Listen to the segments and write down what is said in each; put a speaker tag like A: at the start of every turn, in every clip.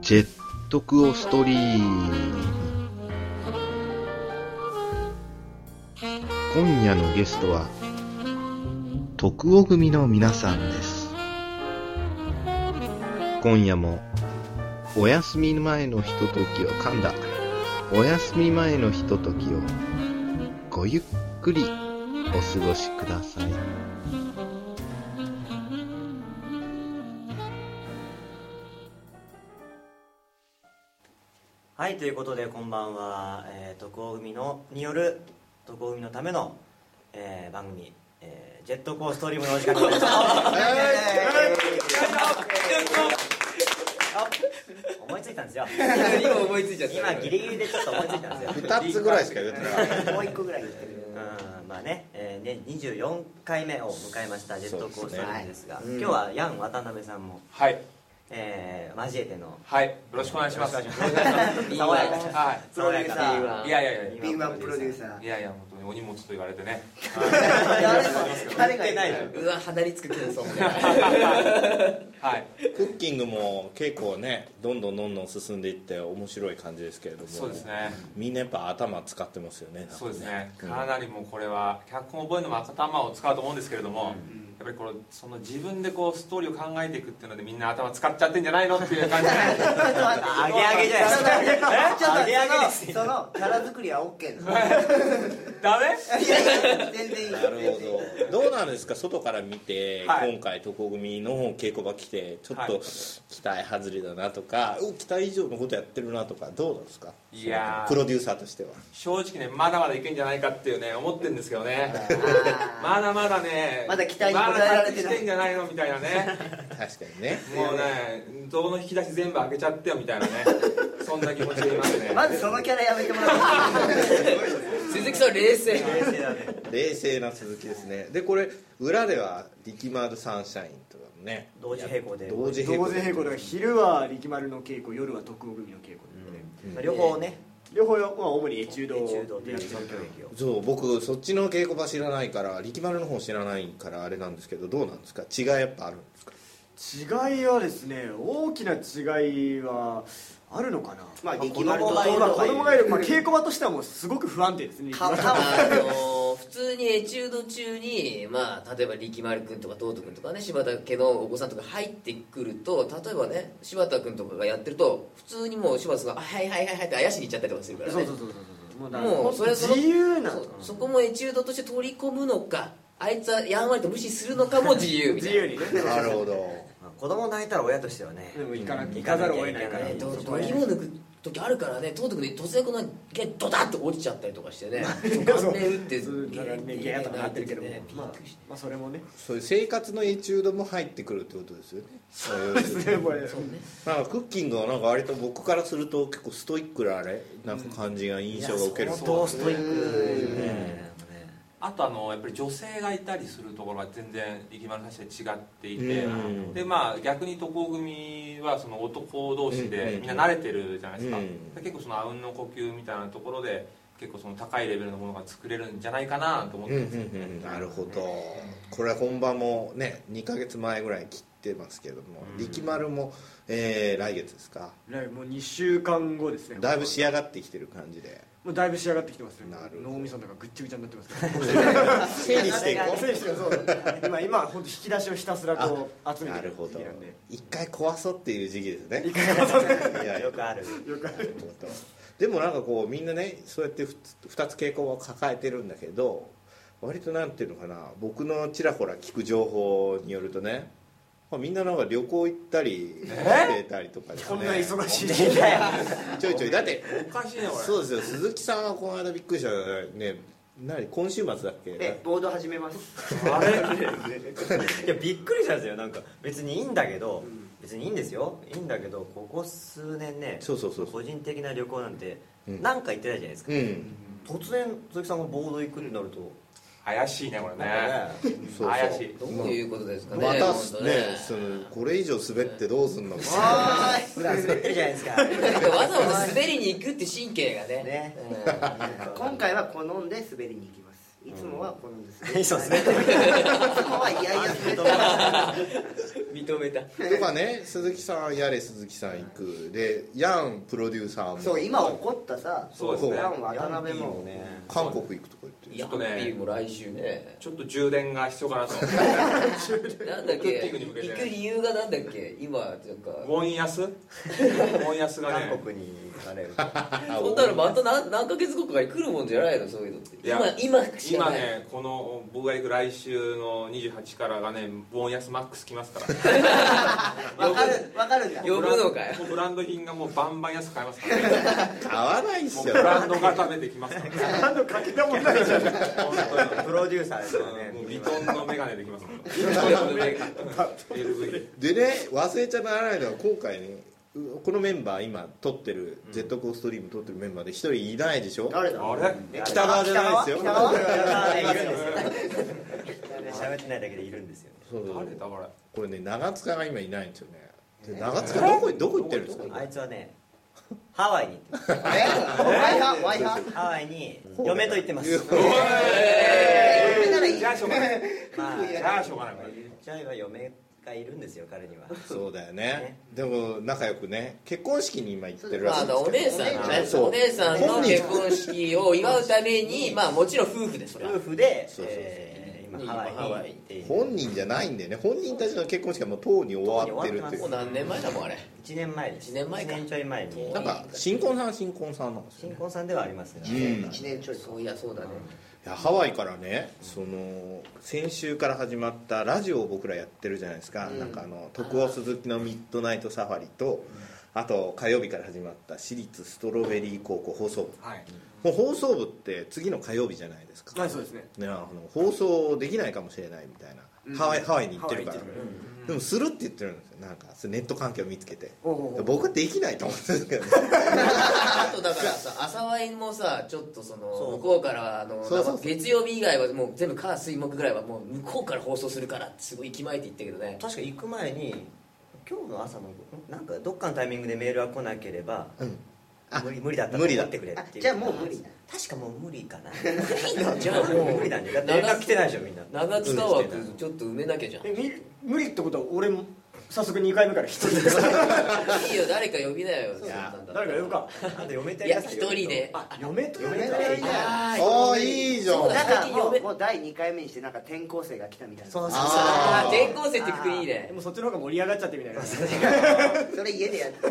A: ジェットクオストリーム。今夜のゲストは、徳尾組の皆さんです。今夜も、お休み前のひとときを噛んだ、お休み前のひとときを、ごゆっくりお過ごしください。
B: はい、ということでこんばんは、えー、徳尾組のによる徳尾組のための、えー番組、えージェットコーストリームのお時間です。思いついたんですよ。
C: 今思いついちゃった
B: 今ギリギリでちょっと思いついたんですよ。
D: 2つぐらいしか言ってない
B: もう一個ぐらい言ってる。うんまあね、えー、ね24回目を迎えましたジェットコーストリームですが、今日はヤン渡辺さんも、
E: はい
B: えー交えての
E: はいよろしくお願いします
B: 爽やかな
E: は
B: 爽や
C: プロデュー
B: か
C: サ
B: ない
E: いやいやい
C: 敏腕プロデューサ
E: やいやいや本当にお荷物と言われてね
C: ー誰が
B: 言ってないの
C: うわ鼻につくけどそう
E: はい
D: クッキングも結構ねどんどんどんどん進んでいって面白い感じですけれども
E: そうですね
D: みんなやっぱ頭使ってますよね
E: そうですね
D: うん
E: かなりもうこれは脚本を覚えるのも頭を使うと思うんですけれどもやっぱりこのその自分でこうストーリーを考えていくっていうのでみんな頭使っちゃってんじゃないのっていう感じで
B: あげあげじゃないですか。
C: ちょっと
B: あげあげです
C: そのそのキャラ作りは OK なの
E: ダメ
C: いやいや全然いい
D: なるほどどうなんですか外から見て、
E: はい
D: 今回床組の稽古場来てちょっ
E: はい
D: と期待外れだなとか、お期待以上のことやってるなとかどうなんですか
E: いやー
D: プロデューサーとしては
E: 正直ねまだまだいけんじゃないかっていうね思ってるんですけどね
C: あ
E: まだまだね
C: まだ期待に応えられてない
E: まだ期待してんじゃないのみたいなね
D: 確かにね
E: もうね、どこの引き出し全部開けちゃってよみたいな ね、そんな気持ちでいますね
C: ー。まずそのキャラやめてもらっていい
F: 鈴木さん冷静
D: 冷静な鈴木ですねでこれ裏では力丸サンシャインとかもね
B: 同時並行で
D: 同時並
G: 同
D: 行
G: 時並行で昼は力丸の稽古夜は徳尾組の稽古で、
B: まあ両方ね、
G: 両方はまあ主にエチュード
B: ってい
G: でや
B: う
G: ってる
B: 尊教劇を。
D: そう僕そっちの稽古場知らないから力丸の方知らないからあれなんですけどどうなんですか違いやっぱ あるんですか
G: 違いはですね大きな違いはあるのかな
C: まあ
G: 子
C: 力
G: 供
C: 丸と
G: がいるまあ子供がいる、まあ、稽
C: 稽
G: 古場としてはもうすごく不安定ですね
C: た
G: 力
C: た
G: 丸
F: あの普通にエチュード中に、まあ、例えば力丸君とか東斗君とかね柴田家のお子さんとか入ってくると例えばね柴田君とかがやってると普通にもう柴田さんが「あはいはいはいはい」って怪しに行っちゃったりとかするからね
G: そうそうそうそうそうもうだから
F: もうそれはその
G: 自由な
F: そうそこもエチュードとして取り込むのかあいつはやんわりと無視するのかも自由みた
G: 自
F: いな
G: 由にね
D: なるほど
B: まあ子供泣いたら親としてはね
G: で、も行かな行かざるを得ないから
F: ね
B: 行
F: ど度肝を抜く時あるからね東徳で突然このゲッドダッと落ちちゃったりとかして ね顔面打って
G: そうだからねゲーとかなってるけどもまあまあそれもね
D: そういう生活のエチュードも入ってくるってことですよねそういう
G: でこれ
D: なんかクッキングはなんか割と僕からすると結構ストイックなあれなんか感じが印象が受ける
B: 相当ストイックですよね
E: あとあのやっぱり女性がいたりするところが全然力丸の話で違っていて
D: うん
E: でまあ逆に渡航組はその男同士
D: うんうんう
E: で
D: ん
E: みんな慣れてるじゃないですか
D: う
E: で
D: ん
E: 結構そのあうんの呼吸みたいなところで結構その高いレベルのものが作れるんじゃないかなと思っ
D: うん
E: て
D: うん
E: ます
D: うんなるほどこれは本番もね2ヶ月前ぐらい切ってますけども力丸も、えー来月ですか
G: 来もう2週間後ですね
D: だいぶ仕上がってきてる感じで
G: もうだいぶ仕上がってきてますよ
D: なるほど
G: 脳みその中ぐっちゃぐちゃになってますから
D: 整理していこう
G: 整理してください 今今は本当引き出しをひたすらこう集め
D: な
G: て
D: る
G: る
D: ほ
G: 時期
D: ど
G: なんで
D: 一回壊そうっていう時期ですねいやいや
B: よくある。
D: なるほどでもなんかこうみんなねそうやってふつ二つ傾向を抱えてるんだけど割となんていうのかな僕のちらほら聞く情報によるとねまあみんななんか旅行行ったりしてたりとかですね
G: こんな忙しい時期だよ
D: ちょいちょいだって
E: おかしいねこれ
D: そうですよ鈴木さんはこの間びっくりしたのはね何今週末だっけ
C: で ボード始めます
B: あれいやびっくりしたんですよ。なんか別にいいんだけど、別にいいんですよ。いいんだけど、ここ数年ね、
D: そうそうそう
B: 個人的な旅行なんて
D: うん
B: なんか行ってないじゃないですか
D: う。ん
B: 突然鈴木さんがボード行くになると、
E: 怪しいねこれね
B: なんかね
D: そうそう
E: 怪しい
F: どういうことですかね
D: また
F: 本当
D: ねそのこれ以上滑ってどうすんのか
C: は
B: 普段滑ってるじゃないですか。
F: なんかわざわざ滑りに行くって神経がね
B: ね
F: うん
C: ーい今回は好んで滑りに行きますいつもはこうなんです
B: いそうですね
C: いつもはいやいやすると 思います
F: 認めた
D: とかね鈴木さんやれ鈴木さん行くでヤンプロデューサーも
C: そう今起こったさ
E: そうですね
C: ファン渡辺も
B: ね
D: 韓国行くとか言って
F: い
E: ちょ
F: や
E: っ
F: っ
E: とね
F: ーも来週ね
E: ちょっと充電が必要か なと
F: なんだっ
E: クッキ
F: け
E: ングに向けて
F: 行く理由がなんだっけ今なんか
E: ウォン安ウォン安がね
B: 韓国に行かれると
F: そんなのまた何何ヶ月後かに来るもんじゃないのそういうのって
E: いや
F: 今今しか
E: 今
F: ない
E: ねこの僕が行く来週の28からがねウォン安マックス来ますから
C: わかるわかるんだ
F: 呼ぶのかよ
E: もうブランド品がもうバンバン安く買えますから、ね、
D: 買わないっ
E: もう
D: す
E: ブ
D: よ
E: ランドが食べてきますから、ね、
G: 何のかけらもないじゃん
E: 本当に
B: プロデューサーですよね
E: もうヴィトンのメガネできますから
D: でね忘れちゃならないのは今回ねうこのメンバー今撮ってる、ジェットコーストリーム撮ってるメンバーで一人いないでしょ
C: 誰だ
E: あれ
C: え
D: 北川じゃないですよ
C: 北川北
B: 北川でい
C: 川
B: るんですよ喋ってないだけでいるんですよね
D: そうそう
E: 誰だこれ
D: これね長塚が今いないんですよねで長塚どこどこ行ってるんですか
B: あいつはねハワイに行ってます
C: ワイハワイハ
B: ハワイに嫁と行ってます
C: えー嫁ならいい
E: じゃあしょうがない
B: まあ
E: じゃあしょうがないこれ
B: 言っちゃえば嫁がいるんですよ彼には
D: そうだよね
B: ね
D: でも仲良くね結婚式に今行ってるら
F: ま
D: しい
F: あ
D: んですけど、
F: お姉さんのね
D: そう
F: お姉さんの
D: 本人
F: 結婚式を祝うためにまあもちろん夫婦ですよ
B: 夫婦で
D: そうそうそう
B: えー今ハワイに行っている
D: 本人じゃないんだよね本人たちの結婚式はもうとうに終わってるってい
F: もう
D: う
F: 何年前だもんあれ
B: 1年前です
F: 一年前か
B: 一年ちょい前に
D: なんか新婚さんは新婚さんなんですよ
B: 新
D: ね
B: 婚さんではありますね
D: うん
C: 1年ちょい
F: そういやそうだね
D: いやハワイからねその先週から始まったラジオを僕らやってるじゃないですか、
C: うん
D: なんかあの徳尾鈴木のミッドナイトサファリとあと火曜日から始まった私立ストロベリー高校放送部
E: はい
D: もう放送部って次の火曜日じゃないですか、
G: はいそうですね
D: ねあの放送できないかもしれないみたいな、
G: うん
D: ハワイハワイに行ってるから
G: ハワイ行
D: でもするって言ってるんですよなんかネット環境を見つけて
G: おうおうおう
D: 僕はできないと思ってるんですけどね
F: あとだからさ朝ワインもさちょっとその
B: そう
F: 向こうからあの
D: そうそうそう
F: 月曜日以外はもう全部火水木ぐらいはもう向こうから放送するからってすごい息巻いて言ったけどね
B: 確か行く前に今日の朝のなんかどっかのタイミングでメールが来なければ
D: うんあ
B: 無理無理だったと
D: 無理だ
B: 思ってくれって
C: あ
B: いう
C: じゃあもう無理だ
B: 確かもう無理かな
F: 無理なんじゃん
B: もう無理なんでだって連絡来てないでしょみんな
F: 長塚枠ちょっと埋めな きゃじゃん
G: えみ無理ってことは俺も早速2回目から一人で
F: いいよ誰か呼びなよ
D: いや
G: 誰か呼ぶか
B: あと嫁と
F: い
B: や
F: や
B: り
F: 一
B: す
F: 人であ
G: 嫁と
B: 嫁と
C: 嫁と
B: やりたい
F: あ
D: ああいいじゃん
F: そう
C: な
F: だ
C: んか
F: 最近
C: も
F: 嫁
C: うもう第2回目にしてなんか転校生が来たみたいな
B: そうそう
F: あ
D: あー
F: ー転校生ってくくりいいね
G: でもそっちの方が盛り上がっちゃってみたいな
C: それ家でやって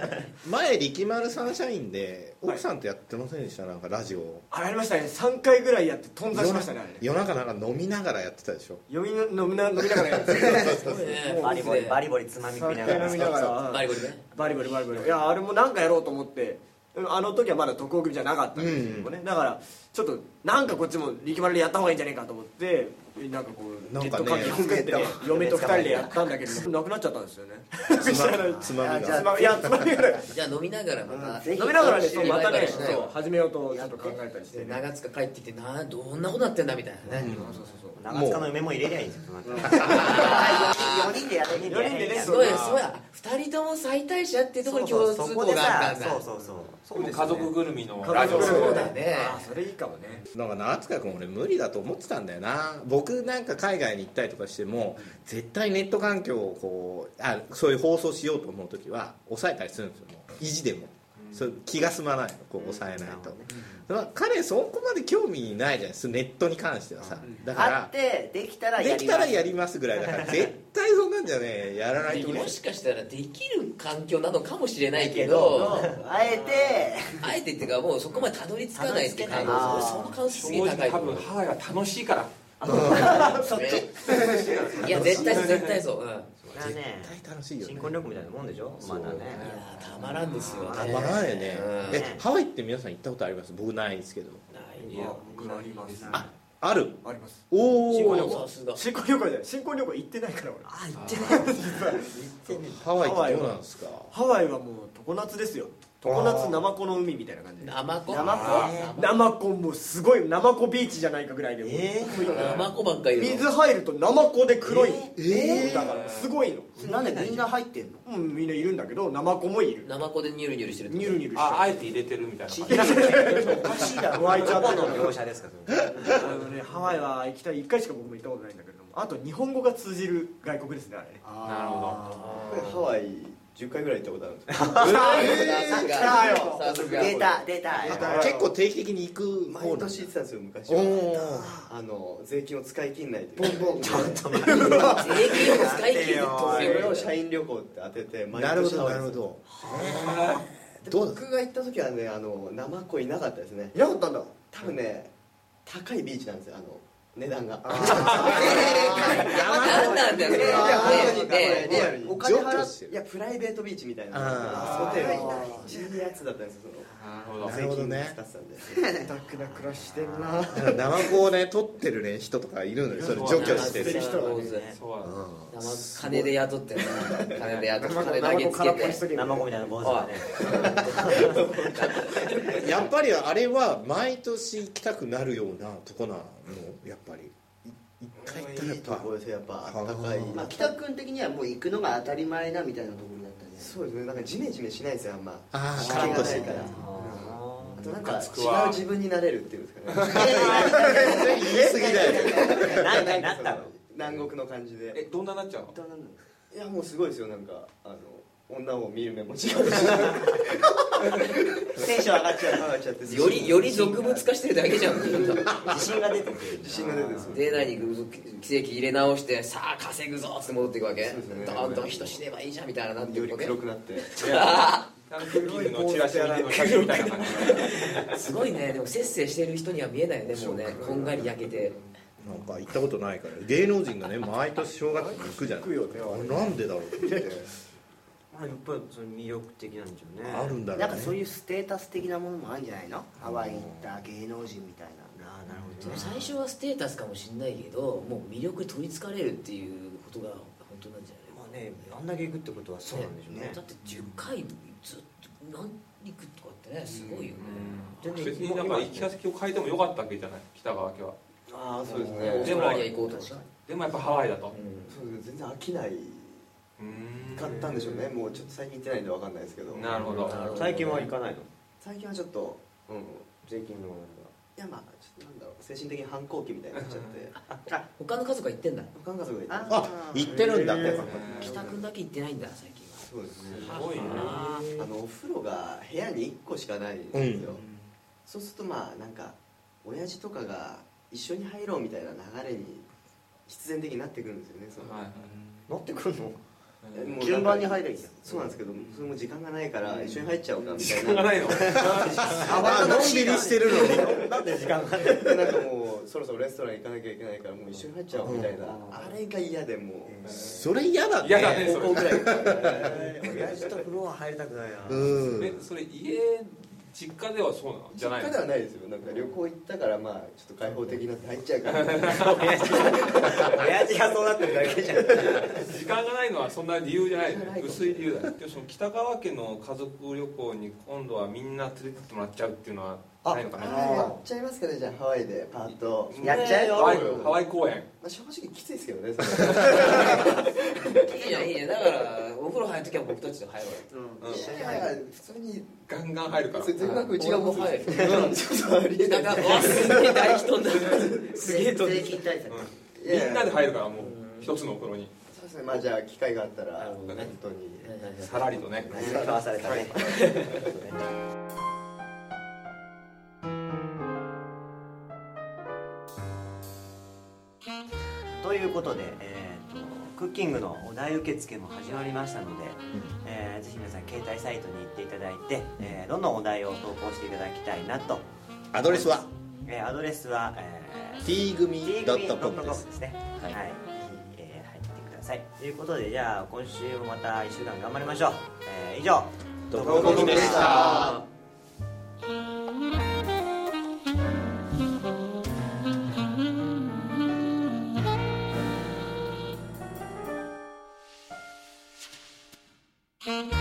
C: る
D: 前力丸サンシャインで奥さんとやってませんでした、なんかラジオ
G: あやりましたね3回ぐらいやって頓挫しましたねあれね
D: 夜中なんか飲みながらやってたでしょ
G: 飲みな飲みな飲みながらやって
F: そうね
B: バリボリバリボリつまみ食いなが
G: 3回
B: ら
G: 飲みながら
F: バリゴリね
G: バリバリバリバリいやあれもなんかやろうと思ってうんあの時はまだ特攻組じゃなかったんですけどね、だからちょっとなんかこっちも力丸でやった方がいいんじゃねえかと思ってなんかこう
D: なんか
G: ネッ
D: ね
G: ト書き込んで、ね、嫁と二人でやったんだけどなくなっちゃったんですよね
D: つ まつまみ
C: じゃあ
D: が
G: つまいやつまみぐらい
F: じゃあ飲みながらま
C: うん
F: た
C: ぜひ
G: 飲みながらね
F: リ
G: そうまたね
F: リバイバルしない
G: そう
F: わ
G: 始めようとちょっと考えたりして
F: で
G: ね
F: 長塚帰ってきてなどんなことなってんだみたいなね
G: そうそうそうそう
B: 長塚の嫁も入れりゃいいんですよ
C: 4人でやる
B: 四
G: 人でね
F: すごいすごい二人とも最大者っていうところに共通項があったんだ
B: そうそうそうそ
E: でも家族ぐるみのラ
G: ラジ
E: ジオ
G: オ
F: そうだね
G: あそれいいかもね
D: なんか長塚君俺無理だと思ってたんだよな僕なんか海外に行ったりとかしても絶対ネット環境をこうあそういう放送しようと思う時は抑えたりするんですよもう意地でも、それ気が済まないのこう抑えないと、だから彼そこまで興味ないじゃないですかネットに関してはさ、だか
C: あっ
D: ら
C: てできたらやり
D: で
C: ます
D: きたらやりますぐらいだから絶対そんなんじゃねえやらないと思う
F: もしかしたらできる環境なのかもしれないけ
C: そ
F: ど
C: うあえて
F: あえてっていうかもうそこまでたどり着かないっていう
B: た
F: 感
B: ど
C: り着けない
F: その感性
E: 正
F: すげえ高
E: 直
F: いと
E: 多
F: 思
E: 分
F: う
E: ハワイは楽しいから
C: そっち
F: いや絶対絶対そう、うん、いや
B: れはね
D: 絶対楽しいよね
B: 新婚旅行みたいなもんでしょまだね
F: たまらんですよね
D: たまらんよね
F: うん
D: えハワイって皆さん行ったことあります僕ないんですけど
E: いや僕
G: あります
E: あ
G: あ
D: ある
G: ります
D: お
F: 新婚旅
D: お
F: 行さすが
G: 新婚旅行じゃない新婚旅行行ってないから俺
E: あ
B: あ
E: ー
D: ハワイってどうなんですか
G: ハワイはもう常夏ですよ
H: 常夏ナマコの海みたいな感じで
F: 生子
I: 生子
H: ナマコもうすごいナマコビーチじゃないかぐらいでもう
G: えー
H: すごいから
F: 生子ばっかりいるの
H: 水入るとナマコで黒い
I: え
H: えだからすごいの
I: それなんでみんな入ってんの
H: うんみんないるんだけどナマコもいる
F: 生子でニュルニュルしてるってこ
H: ニ
F: と
H: ュルニュルして
E: ああえて入れてるみたいな 感じ
I: おかしいだろ
H: 湧いちゃ
G: ど
H: っ
G: こ
H: てる
G: の業者ですかそれ
H: あのね、ハワイは行きたい1回しか僕も行ったことないんだけれどもあと日本語が通じる外国ですねあれね
E: なるほ
D: ハワイ10回ぐらい行ったことあるんですよ
F: さすが
H: 来
F: さすが
I: 出た出た
H: 出た
D: 結構定期的に行く方
B: 毎
D: なん
B: 年行ってたんですよ昔
D: お
B: は
D: お
B: あの税金を使い切んないと
I: ボ
B: いう
I: ンボンちょっと
F: 税金を使い切ると
B: それを社員旅行って当てて毎
D: なるほ
B: 年ハ
D: ど
B: ワイ
D: なる
B: に
D: ほど
B: で
D: どうだ
B: 僕が行った時はねあの生子いなかったですね
H: いなかったんだ
B: 多分ね高いビーチなんですよあの値段が
F: 何なんだよ
B: いや本当に
F: ね
B: リアル
D: ね
B: にお金
D: 上
B: 払
D: 級
B: っ
D: して
B: て
D: る
B: いやプライベートビーチみたいな
D: あ
B: ホ
I: ー
B: テルのいいやつだったんですよ
E: ど
B: その
E: なる
D: な
E: ほ
D: るほどね
B: 税金使ってたんで
H: 贅沢な暮らししてんな
D: 生子をね取ってるね人とかいるのよそれ除去してる
F: る人が
E: どそうだ
F: 金で雇ってるな金で雇って金投げつけて
H: け
G: 生ゴミみたいな坊主がね
D: やっぱりあれは毎年行きたくなるようなとこなのやっぱりい一回行ったらや
B: い
D: っ
B: いと
D: ぱ
B: こですよやっぱあったかい
I: まあ北君的にはもう行くのが当たり前だみたいなところだったね
B: そうですねなんかジメジメしないんですよあんま
D: あー
B: 湿気が
D: カラッとし
B: な
D: て
B: い
D: る
B: からあとなんか
E: くわ
B: 違う自分になれるっていうんですかね
D: 言い過ぎだよね
G: なんかなったの
B: 南国の感じで
E: えどんなになっちゃうの
B: いやもうすごいですよなんかあの女を見る目も違うしテンション上がっちゃう上がっちゃって
F: よりより俗物化してるだけじゃん
G: 自信が出てくる
B: 自信が出てそう
F: で何奇跡入れ直してさあ稼ぐぞっつって戻っていくわけ
B: そうですね
F: どんどん人死ねばいいじゃんみたいななって
B: よ
F: る
B: り
F: わけ
B: 黒くなって
E: なんかクッキングのチラシの写真みたいな感じ
F: すごいねでも節制してる人には見えないよねもうねこんがり焼けて
D: なんか行ったことないから芸能人がね毎年正月に行くじゃないなんでだろうって言って
G: まあやっぱりその魅力的なんでしょうね
D: あるんだ
I: なん
D: ろ
I: か
D: う
I: そう
D: ね
I: いうステータス的なものもあるんじゃないのハワイ行った芸能人みたいな
G: ああなるほ
F: で
G: ど
F: も
G: ね
F: 最初はステータスかもしんないけどもう魅力取りつかれるっていうことが本当なんじゃ
G: まあねあんだけ行くってことはそうなんでしょう
F: ない、
G: ね
F: だって10回ずっと何行くとかってねすごいよね、
G: 全然
E: 別になんか行き先を変えてもよかったわけじゃない北川家は
B: ああそうです
F: いやオー
B: ね
F: ストラリア行こうとか
B: 確かに
E: でもやっぱハワイだと
B: そうですね全然飽きないかったんでしょうねもうちょっと最近行ってないんでわかんないですけど
E: なるほど
G: 最近は行かないの
B: 最近はちょっとうんい
G: 税金の問
B: やまあちょっとなんだろう精神的に反抗期みたいになっちゃって
F: 他の家族は行ってんだ
B: 他の家族が行って
I: あ
D: あ行ってるんだ
F: 北くんだけ行ってないんだ最近は
B: そうですね
E: すごいな
B: あのお風呂が部屋に1個しかないんですよ、そうするとまあなんか親父とかが一緒に入ろうみたいな流れに必然的になってくるんですよねその、
I: 乗ってくるの
B: えもうなんか
I: 順番に入れんじゃん
B: そうなんですけどそれも時間がないから一緒に入っちゃおうかみ
E: 時
B: たいな
E: 間が ないの
D: あのんびりしてるのに
B: でなんかもうそろそろレストラン行かなきゃいけないからもう一緒に入っちゃおうみたいな、あれが嫌でもう、
D: それ嫌だね
E: 嫌だねそ
B: 高校ぐ
E: れ
B: らいから
G: 親父と風呂は入りたくないな
D: うん
E: えそれ家実家ではそうなのじゃない
B: 実家
E: の
B: ではないですよなんか旅行行ったからまあちょっと開放的になって入っちゃうから
G: 親父がそうなってるだけじゃん
E: 時間がないのはそんな理由じゃないね薄い理由だねでもその北川家の家族旅行に今度はみんな連れてってもらっちゃうっていうのはないのかな
B: あやっちゃいますかねじゃあハワイでパート、
E: ね
B: ま
I: やっちゃえよ
E: ハワイハワイ公演
B: あ、正直きついですけどねそれ
F: いいじゃんいいじゃんだからお風呂入る時は僕たちと入ろうよ
E: うん
B: いやいや普通に
E: ガンガン入るから
B: 全然うちが持つ
F: 俺も入る
B: ちょっとありえな
F: 北
B: い
F: 川わすげえ大人だ すげえと
I: 税金対策
B: いやいや
E: みんなで入るからもう一つのお風呂に
B: そうですねまあじゃあ機会があったら
F: なるほ
B: 本
F: どね
B: 当に
E: さらりとね
G: 買わされたねということで、えー、とクッキングのお題受付も始まりましたので、えーぜひ皆さん携帯サイトに行っていただいて、えーどんどんお題を投稿していただきたいなと、
D: アドレスは
G: えーアドレスは、えー
D: t 組 .com
G: tgb.com
D: で
G: ですすねはい、ぜひえー入ってくださいということでじゃあ今週もまた1週間頑張りましょう、えー以上
D: どこどこでした
J: 「